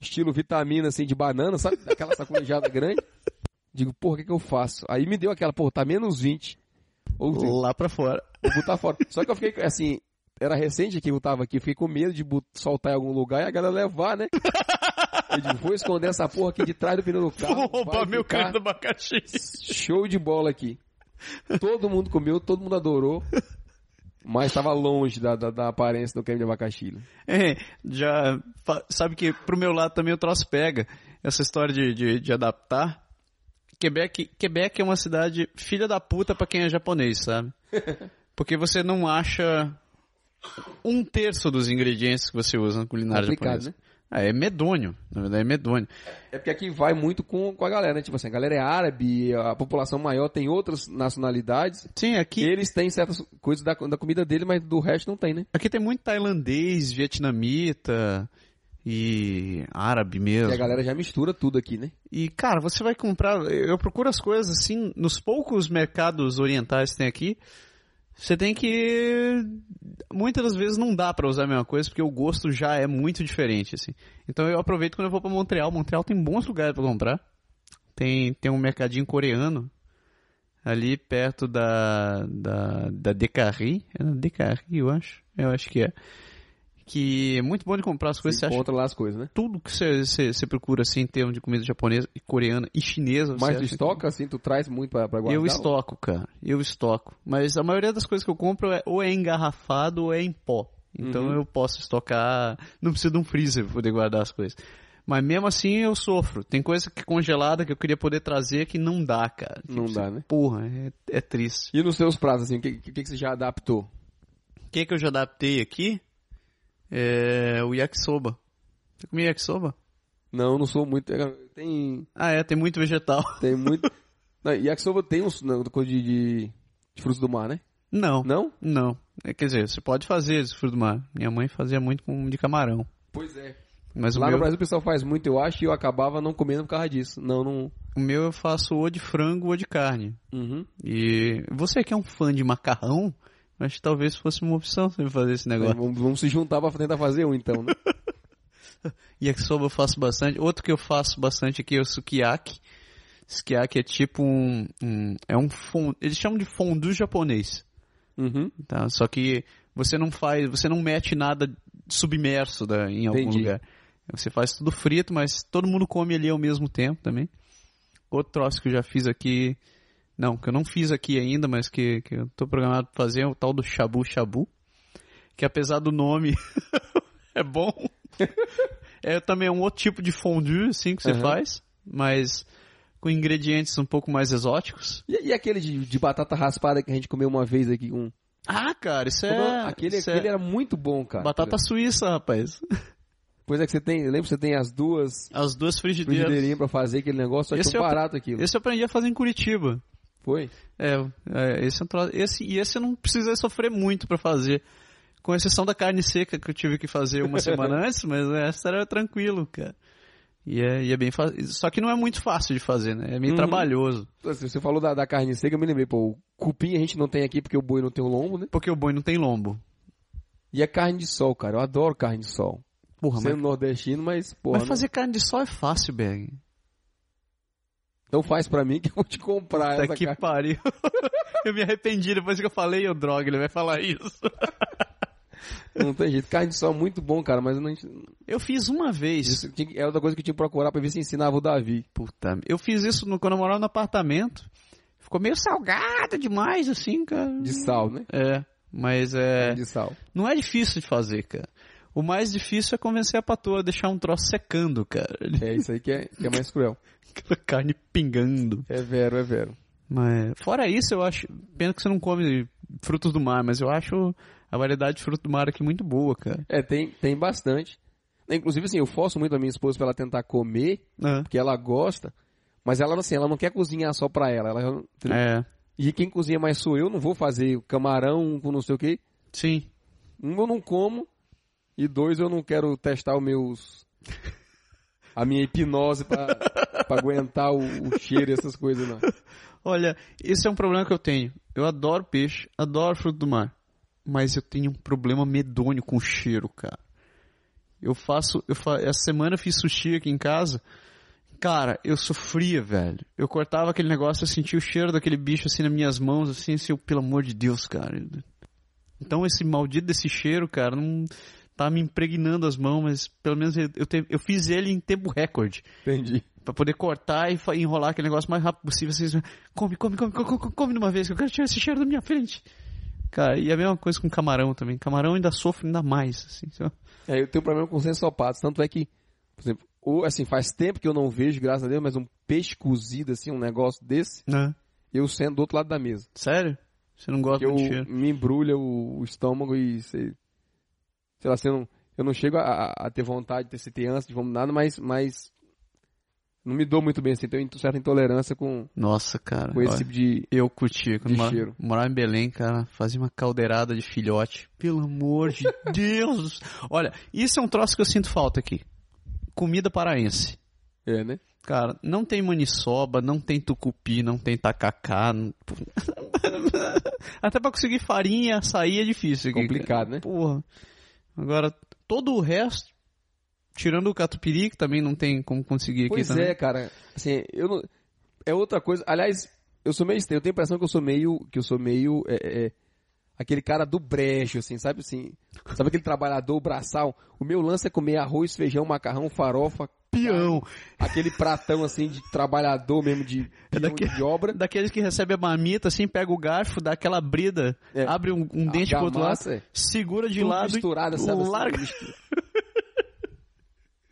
Estilo vitamina, assim, de banana, sabe? Aquela sacolejada grande. Digo, porra, o que, que eu faço? Aí me deu aquela, porra, tá menos 20. Ou seja, Lá pra fora. vou botar tá fora. Só que eu fiquei, assim, era recente que eu tava aqui, eu fiquei com medo de bot- soltar em algum lugar e a galera levar, né? Eu digo, vou esconder essa porra aqui de trás do pneu do carro. Vou ah, vai roubar meu ficar creme do abacaxi. Show de bola aqui. Todo mundo comeu, todo mundo adorou. Mas estava longe da, da, da aparência do creme de abacaxi. né? É, já fa- sabe que pro meu lado também o troço pega. Essa história de, de, de adaptar. Quebec, Quebec é uma cidade filha da puta pra quem é japonês, sabe? Porque você não acha um terço dos ingredientes que você usa na culinária Complicado, né? japonesa. Ah, é medonho, na verdade é medonho. É porque aqui vai muito com, com a galera, né? Tipo assim, a galera é árabe, a população maior tem outras nacionalidades. Sim, aqui, Eles têm certas coisas da, da comida dele, mas do resto não tem, né? aqui tem muito tailandês, vietnamita e árabe E mesmo. a galera já mistura tudo aqui, né? E, cara, você vai comprar. Eu procuro as coisas assim, nos poucos mercados orientais que tem aqui. Você tem que. Muitas das vezes não dá pra usar a mesma coisa, porque o gosto já é muito diferente, assim. Então eu aproveito quando eu vou pra Montreal. Montreal tem bons lugares pra comprar. Tem, tem um mercadinho coreano ali perto da. da. da Decarri. É na Decarri, eu acho. Eu acho que é. Que é muito bom de comprar as coisas. Você Você acha encontra lá as coisas, né? tudo que você- você você procura assim em termos de comida japonesa e coreana e chinesa. você Mas tu acha estoca, assim, tu traz muito pra, pra que- guardar? Eu estoco, cara. Eu estoco. Mas a maioria das coisas que eu compro é, ou é engarrafado ou é em pó. Então Uhum. eu posso estocar. Não preciso de um freezer pra poder guardar as coisas. Mas mesmo assim eu sofro. Tem coisa que congelada que eu queria poder trazer que não dá, cara. Não Tipo, dá, né? Porra, é, é triste. E nos seus pratos, assim, o que, que, que você já adaptou? O que, que eu já adaptei aqui é o yakisoba. Você comia yakisoba? Não, eu não sou muito... é, Tem, Ah, é, tem muito vegetal. tem muito... não, yakisoba tem uns... Não, coisa de, de, de frutos do mar, né? Não. Não? Não. É, quer dizer, você pode fazer de fruto do mar. Minha mãe fazia muito com de camarão. Pois é. Mas o Lá no meu, Brasil o pessoal faz muito, eu acho, e eu acabava não comendo por causa disso. Não, não... o meu eu faço ou de frango ou de carne. Uhum. E você que é um fã de macarrão, acho que talvez fosse uma opção você fazer esse Mas negócio. Vamos, vamos se juntar pra tentar fazer um, então, né? E yakisoba eu faço bastante. Outro que eu faço bastante aqui é o sukiyaki. Sukiyaki é tipo um... um- é um fond... Eles chamam de fondue japonês. Uhum. tá? Só que você não faz, você não mete nada submerso da- em algum Entendi. lugar. Você faz tudo frito, mas todo mundo come ali ao mesmo tempo também. Outro troço que eu já fiz aqui, não, que eu não fiz aqui ainda, mas que, que eu tô programado pra fazer é o tal do shabu shabu, que apesar do nome é bom. é também um outro tipo de fondue assim que você Aham. faz, mas com ingredientes um pouco mais exóticos. E, e aquele de, de batata raspada que a gente comeu uma vez aqui com... Ah, cara, isso Como é é? aquele isso é aquele era muito bom, cara. batata suíça, rapaz. Pois é que você tem, lembra que você tem as duas As duas frigideiras. frigideirinhas pra fazer aquele negócio, só Esse que é é o- barato aquilo. Esse eu aprendi a fazer em Curitiba. Foi? É, é, esse é um tro- esse E esse eu não precisei sofrer muito pra fazer. Com exceção da carne seca que eu tive que fazer uma semana antes, mas essa era tranquilo, cara. E é, e é bem fácil. Só que não é muito fácil de fazer, né? É meio Uhum. trabalhoso. assim, Você você falou da, da carne seca, eu me lembrei, pô, o cupim a gente não tem aqui porque o boi não tem o lombo, né? Porque o boi não tem lombo. E a carne de sol, cara, eu adoro carne de sol. Porra, Sendo mas, nordestino, mas, pô, mas fazer carne de sol é fácil, Berg. então faz pra mim que eu vou te comprar Puta essa que carne. pariu. eu me arrependi depois que eu falei, ô droga, ele vai falar isso. Não tem jeito, carne de sol é muito bom, cara, mas eu não... Eu fiz uma vez. isso tinha que- é outra coisa que eu tinha que procurar pra ver se ensinava o Davi. Puta, eu fiz isso no, quando eu morava no apartamento. Ficou meio salgado demais, assim, cara. De sal, né? É, mas é. De sal. Não é difícil de fazer, cara. O mais difícil é convencer a patroa a deixar um troço secando, cara. É isso aí que é, que é mais cruel. Aquela carne pingando. É vero, é vero. Mas, fora isso, eu acho. Pena que você não come frutos do mar, mas eu acho a variedade de fruto do mar aqui muito boa, cara. É, tem, tem bastante. Inclusive, assim, eu forço muito a minha esposa pra ela tentar comer, Ah, porque ela gosta, mas ela, assim, ela não quer cozinhar só pra ela. ela é. E quem cozinha mais sou eu, não vou fazer o camarão um com não sei o quê. Sim. Um, eu não como, e dois, eu não quero testar os meus... A minha hipnose pra, pra aguentar o, o cheiro e essas coisas, não. Olha, esse é um problema que eu tenho. Eu adoro peixe, adoro fruto do mar. Mas eu tenho um problema medonho com cheiro, cara. Eu faço. Eu fa... Essa semana eu fiz sushi aqui em casa. Cara, eu sofria, velho. Eu cortava aquele negócio, eu sentia o cheiro daquele bicho assim nas minhas mãos, assim, assim, eu, pelo amor de Deus, cara. Então esse maldito desse cheiro, cara, não tá me impregnando as mãos, mas pelo menos eu, eu, te- eu fiz ele em tempo recorde. Entendi. Pra poder cortar e fa- e enrolar aquele negócio o mais rápido possível. Vocês come, come, come, come, come, come de uma vez, que eu quero tirar esse cheiro da minha frente. Cara, e a mesma coisa com camarão também. Camarão ainda sofre ainda mais, assim. só- É, eu tenho problema com sensopatos, tanto é que, por exemplo, ou assim, faz tempo que eu não vejo, graças a Deus, mas um peixe cozido, assim, um negócio desse, Né? eu sento do outro lado da mesa. Sério? Você não gosta Que eu do cheiro? me embrulha o, o estômago e sei, sei lá, se eu não, eu não chego a, a- a ter vontade de ter CTANça, de vamos nada, mas, mas não me dou muito bem, assim, tenho certa intolerância com, Nossa, cara. com esse É, olha, tipo de. Eu curti. Quando de mora- cheiro. morava em Belém, cara, fazia uma caldeirada de filhote. Pelo amor de Deus! Olha, isso é um troço que eu sinto falta aqui. Comida paraense. É, né? Cara, não tem maniçoba, não tem tucupi, não tem tacacá. não- Até pra conseguir farinha, açaí é difícil. aqui, Complicado, né? cara. Porra. Agora, todo o resto, tirando o catupiry, que também não tem como conseguir aqui Pois também. é, cara. Assim, eu não... É outra coisa. Aliás, eu sou meio estranho. Eu tenho a impressão que eu sou meio. Que eu sou meio. é, é, aquele cara do brejo, assim, sabe assim? Sabe aquele trabalhador braçal? O meu lance é comer arroz, feijão, macarrão, farofa, Peão. É aquele pratão assim de trabalhador mesmo, de, peão daquele- de obra. Daqueles que recebe a marmita, assim, pega o garfo, dá aquela brida, É. abre um, um dente pro outro lado, Argamassa, é. segura de tudo lado misturado, e sabe? assim, larga. mistura.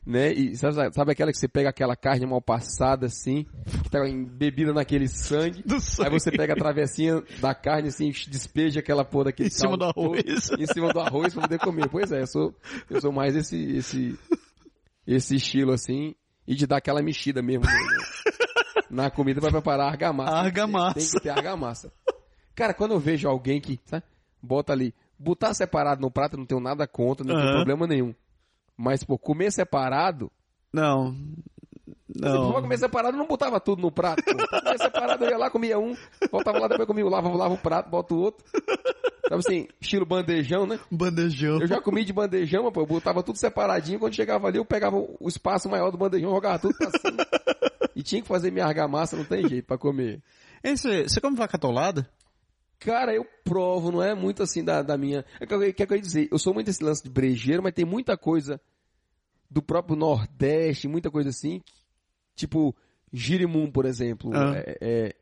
né? E sabe, sabe aquela que você pega aquela carne mal passada assim, que tá embebida naquele sangue? do Aí sangue você pega a travessinha da carne assim, despeja aquela porra daquele em cima do caldo todo arroz. em cima do arroz pra poder comer. Pois é, eu sou, eu sou mais esse, esse, esse estilo assim, e de dar aquela mexida mesmo né? na comida pra preparar a argamassa. A argamassa. Tem que ter argamassa. Cara, quando eu vejo alguém que, sabe, bota ali, botar separado no prato, eu não tenho nada contra, não tem Aham. problema nenhum. Mas, pô, comer separado, Não. você Não. precisava comer separado, eu não botava tudo no prato. Pô. Pra Comer separado, eu ia lá, comia um, voltava lá, depois comia o lava, lava o prato, bota o outro. Sabe assim, estilo bandejão, né? Bandejão. Eu já comi de bandejão, mas, pô, eu botava tudo separadinho. Quando chegava ali, eu pegava o espaço maior do bandejão, jogava tudo pra cima. e tinha que fazer minha argamassa, não tem jeito pra comer. Ei, Você você come vaca atolada? Cara, eu provo, não é muito assim da, da minha. É o que eu- que é o que eu ia dizer. Eu sou muito desse lance de brejeiro, mas tem muita coisa do próprio Nordeste, muita coisa assim. que- Tipo, girimum, por exemplo. Ah. É, é-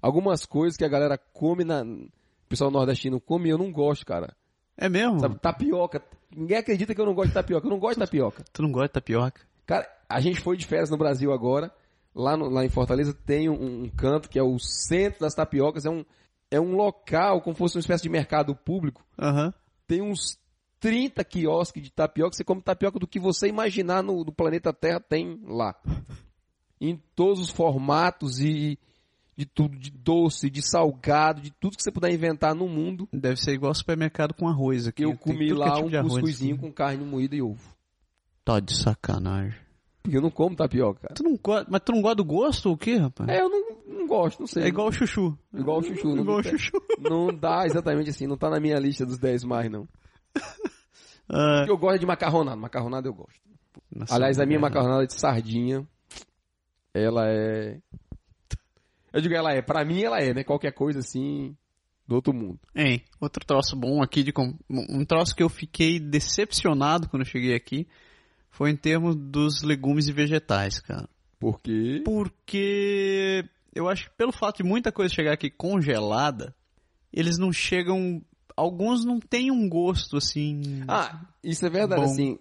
algumas coisas que a galera come na. O pessoal nordestino come, eu não gosto, cara. É mesmo? Sabe, tapioca. Ninguém acredita que eu não gosto de tapioca. Eu não gosto de tapioca. Tu não gosta de tapioca? Cara, a gente foi de férias no Brasil agora. Lá, no- lá em Fortaleza tem um, um canto que é o centro das tapiocas. É um, é um local, como fosse uma espécie de mercado público. Aham. Tem uns 30 quiosques de tapioca. Você come tapioca do que você imaginar no, do planeta Terra, tem lá. Em todos os formatos e de tudo, de doce, de salgado, de tudo que você puder inventar no mundo. Deve ser igual supermercado com arroz aqui. Eu Tem comi tudo que é lá tipo de um arroz. cuscuzinho com carne moída e ovo. Tá de sacanagem. Porque eu não como tapioca, cara. Tu não gosta, mas tu não gosta do gosto ou o quê, rapaz? É, eu não, não gosto, não sei. É igual o chuchu. Igual o chuchu, não Igual o tem. chuchu. Não dá exatamente assim, não tá na minha lista dos 10 mais, não. Ah, Porque eu gosto de macarronada, macarronada eu gosto. nossa, Aliás, a minha é. macarronada de sardinha, ela é. Eu digo, ela é, pra mim ela é, né? Qualquer coisa assim, do outro mundo. Hein, outro troço bom aqui, de com- um troço que eu fiquei decepcionado quando eu cheguei aqui, foi em termos dos legumes e vegetais, cara. Porque. Porque eu acho que pelo fato de muita coisa chegar aqui congelada, eles não chegam. Alguns não têm um gosto assim. Ah, isso é verdade, Bom. assim.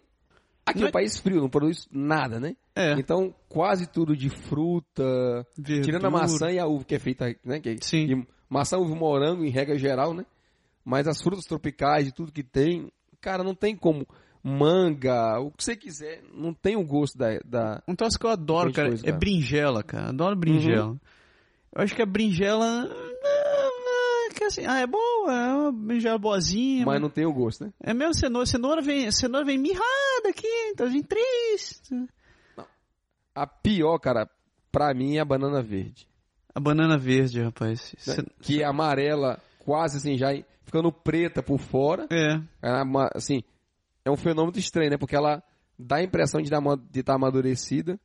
Aqui Não é um é- país frio, não produz nada, né? é, Então, quase tudo de fruta, Tirando a verdura. maçã e a uva, que é feita, né? Que, Sim. e maçã, uva e morango, em regra geral, né? Mas as frutas tropicais, de tudo que tem, cara, não tem como. Manga, o que você quiser, não tem o gosto da. da- Um troço que eu adoro, Tem cara, coisa, Uhum. é cara. brinjela, cara. Adoro brinjela. Eu acho que a brinjela. ah, ah, Que assim, ah, é boa, é uma brinjela boazinha. Mas não tem o gosto, né? É mesmo cenoura, cenoura vem, cenoura vem mirrada aqui, então vem triste. A pior, cara, pra mim é a banana verde. A banana verde, rapaz. né? Cê- Que é amarela, quase assim, já em- ficando preta por fora. É, É uma- assim, é um fenômeno estranho, né? Porque ela dá a impressão de estar amadurecida.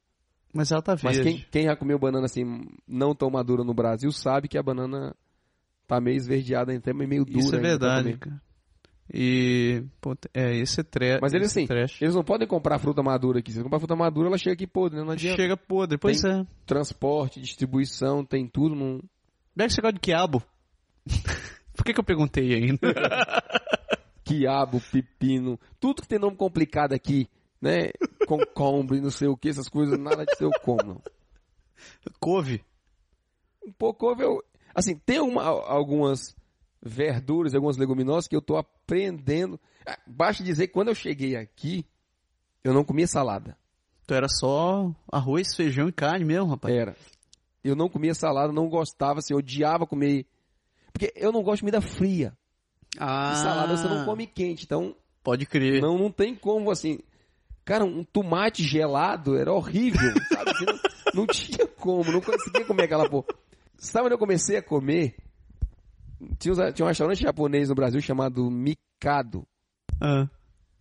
mas ela tá verde. Mas quem, quem já comeu banana assim, não tão madura no Brasil, sabe que a banana tá meio esverdeada ainda, mas meio dura. Isso é ainda pra verdade, comer. cara. E, pô, é, esse é tre- Mas ele esse assim, trash. eles não podem comprar fruta madura aqui. Se comprar fruta madura, ela chega aqui podre, né? Não adianta. Chega podre, pois é. Transporte, distribuição, tem tudo. Não... Onde é que você gosta de quiabo? Por que que eu perguntei ainda? Quiabo, pepino, tudo que tem nome complicado aqui né? Concombre, não sei o que, essas coisas, nada de seu como, não. Couve. Um pouco couve eu. Assim, tem uma- algumas verduras, algumas leguminosas que eu tô aprendendo. Ah, Basta dizer que quando eu cheguei aqui, eu não comia salada. Tu era só arroz, feijão e carne mesmo, rapaz. Era. Eu não comia salada, não gostava, assim, eu odiava comer. Porque eu não gosto de comida fria. E Ah, salada você não come quente, então Pode crer. Não, não tem como, assim. Cara, um tomate gelado era horrível, sabe? Assim, não, não tinha como, não conseguia comer aquela porra. Sabe onde eu comecei a comer? Tinha, uns- tinha um restaurante japonês no Brasil chamado Mikado. Ah,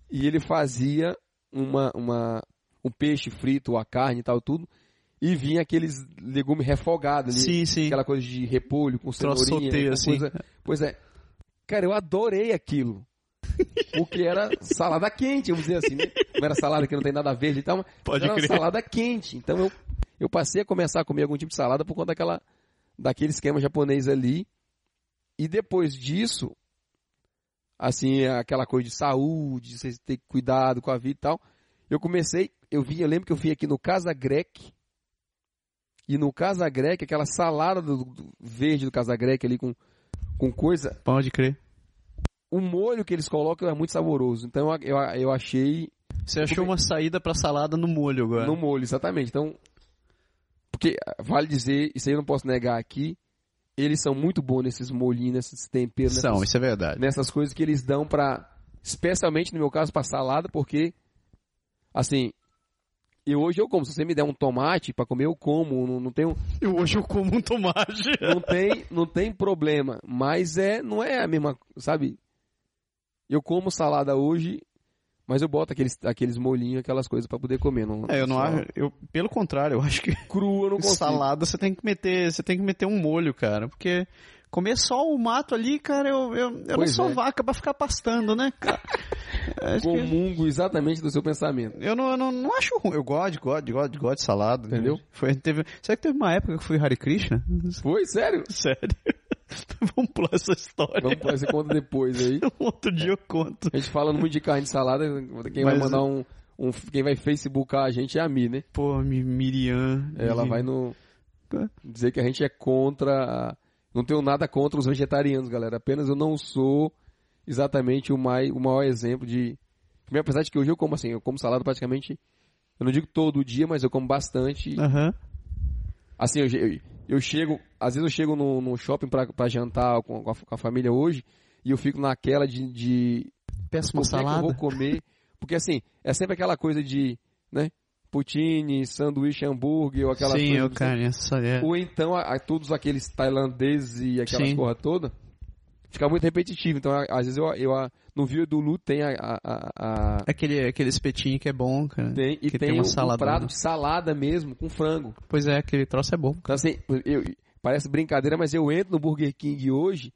E ele fazia uma, uma, um peixe frito, a carne e tal, tudo. E vinha aqueles legumes refogados ali. sim, sim. Aquela coisa de repolho com Troço cenourinha. solteio, com assim. Coisa... Pois é. Cara, eu adorei aquilo. Porque era salada quente, vamos dizer assim, né? Não era salada que não tem nada verde e tal, mas Pode era uma crer. salada quente. Então eu, eu passei a começar a comer algum tipo de salada por conta daquela, daquele esquema japonês ali. E depois disso, assim, aquela coisa de saúde, você ter cuidado com a vida e tal. Eu comecei, eu vi, eu lembro que eu fui aqui no Casa Grec. E no Casa Grec, aquela salada do, do- verde do Casa Grec ali com, com coisa, Pode crer. o molho que eles colocam é muito saboroso. Então eu, eu, eu achei Você achou Come- uma saída pra salada no molho agora. no molho, exatamente. Então, porque ah, vale dizer, isso aí eu não posso negar aqui, eles são muito bons nesses molhinhos, nesses temperos, nessas São, isso é verdade. nessas coisas que eles dão pra. especialmente no meu caso pra salada, porque assim, eu hoje eu como, se você me der um tomate pra comer eu como, não, não tenho, Eu hoje eu como um tomate. não tem, não tem problema, mas é, não é a mesma, sabe? Eu como salada hoje, mas eu boto aqueles aqueles molhinhos, aquelas coisas pra poder comer, não. É, eu não só acho. Eu, pelo contrário, eu acho que crua eu não consigo. salada você tem que meter. Você tem que meter um molho, cara. Porque comer só o mato ali, cara, eu, eu, eu não Pois sou é. vaca pra ficar pastando, né, cara? Acho que- é Comungo exatamente do seu pensamento. Eu não, eu não, não acho ruim. Eu gosto, gosto, gosto, gosto de salada. Entendeu? Foi, teve, será que teve uma época que eu fui Hare Krishna? Foi sério? Sério. Vamos pular essa história. Vamos fazer conta depois aí. Um outro dia eu conto. A gente falando muito de carne de salada, quem vai Mas- mandar um, um- Quem vai Facebookar a gente é a Mi, né? Pô, Mi- Miriam. É, Ela Miriam. vai no. Tá. Dizer que a gente é contra. a- Não tenho nada contra os vegetarianos, galera. Apenas eu não sou exatamente o, mai, o maior exemplo de. Primeiro, apesar de que hoje eu como assim, eu como salada praticamente. Eu não digo todo dia, mas eu como bastante. Aham. Assim, eu, eu, eu chego. Às vezes eu chego no, no shopping pra, pra jantar com, com a, com a família hoje e eu fico naquela de- de Peço o uma que é que eu salada. vou comer? Porque assim, é sempre aquela coisa de, né? Poutine, sanduíche, hambúrguer, ou aquela Sim, coisa. eu, cara, essa é. Ou então a, a todos aqueles tailandeses e aquelas Sim. porra toda. Fica muito repetitivo. Então, a- às vezes eu, eu a- no vídeo do Lu tem a. a- a- a- Aquele, aquele espetinho que é bom, cara. tem, e Que tem, tem uma um, um salada, prato né? de salada mesmo, com frango. Pois é, aquele troço é bom. Então, assim, eu, parece brincadeira, mas eu entro no Burger King hoje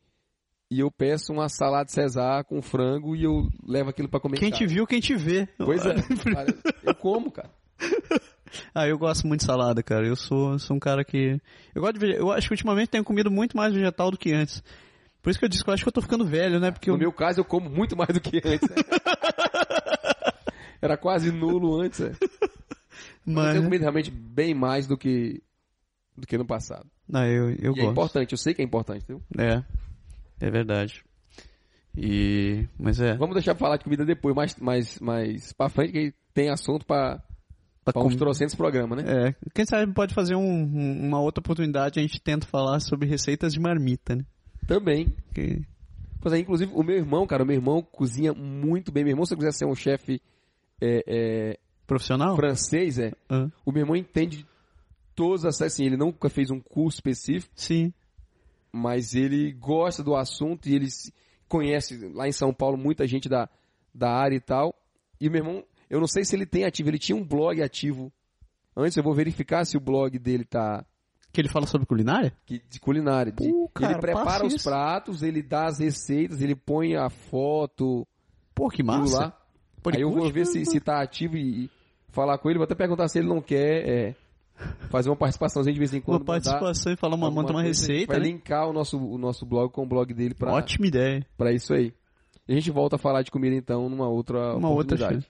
e eu peço uma salada Cesar com frango e eu levo aquilo pra comer. em Quem casa. te viu, quem te vê. Pois é, cara, eu como, cara. Ah, eu gosto muito de salada, cara. Eu sou, sou um cara que. Eu gosto de vege- Eu acho que ultimamente tenho comido muito mais vegetal do que antes. Por isso que eu disse que eu acho que eu tô ficando velho, né? Porque eu. No meu caso, eu como muito mais do que antes. né? Era quase nulo antes. né? Mas eu Mas... tenho comido realmente bem mais do que do que no passado. Não, eu, eu E é gosto. importante, eu sei que é importante, entendeu? É. É verdade. E. Mas é. Vamos deixar pra falar de comida depois, mais, mais, mais pra frente, que tem assunto pra, Pra pra uns tá com- trocentos programas, né? É, quem sabe pode fazer um- um- uma outra oportunidade, a gente tenta falar sobre receitas de marmita, né? Também. Que- Pois é, inclusive, o meu irmão, cara, o meu irmão cozinha muito bem. Meu irmão, se eu quiser ser um chefe é, é, Profissional? francês, é, Ah, o meu irmão entende todas as... Assim, ele nunca fez um curso específico, sim. mas ele gosta do assunto e ele se- conhece lá em São Paulo muita gente da, da área e tal. E meu irmão, eu não sei se ele tem ativo, ele tinha um blog ativo. Antes eu vou verificar se o blog dele tá Que ele fala sobre culinária? que- de culinária. de- Pô, cara, ele prepara passa os isso. pratos, ele dá as receitas, ele põe a foto, Pô, que tudo massa. lá. Aí eu vou ver se, se tá ativo e, e falar com ele. Vou até perguntar se ele não quer é, fazer uma participaçãozinha de vez em quando. mandar Uma participação e falar uma, alguma monta uma coisa. A gente receita, Vai né? linkar o nosso, o nosso blog com o blog dele pra, Ótima ideia. Pra isso aí. E a gente volta a falar de comida então numa outra Uma outra oportunidade. chance.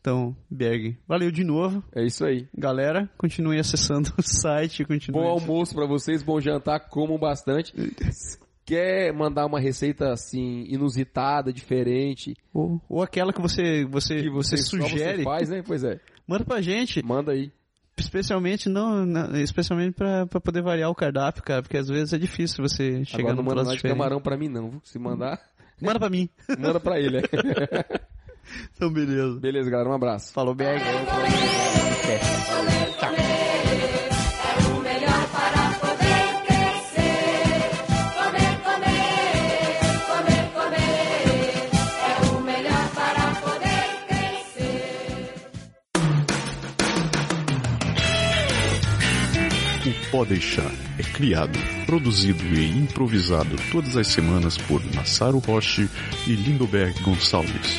Então, Berg, valeu de novo. É isso aí. Galera, continue acessando o site. Continue Bom almoço pra vocês, bom jantar, comam bastante. Quer mandar uma receita assim, inusitada, diferente, Ou, ou aquela que você, você, que você, você só sugere, Você faz, né? Pois é. manda pra gente. Manda aí. Especialmente não, na- especialmente pra, pra poder variar o cardápio, cara, porque às vezes é difícil você chegar Agora não num manda troço nada de diferente. camarão pra mim, não. viu? Se mandar, Manda pra mim. manda pra ele. Então, beleza. Beleza, galera. Um abraço. Falou, Berg. É o melhor para poder crescer. Comer, comer, comer, comer. É o melhor para poder crescer. O Pó Deixar é criado, produzido e improvisado todas as semanas por Massaro Roche e Lindoberg Gonçalves.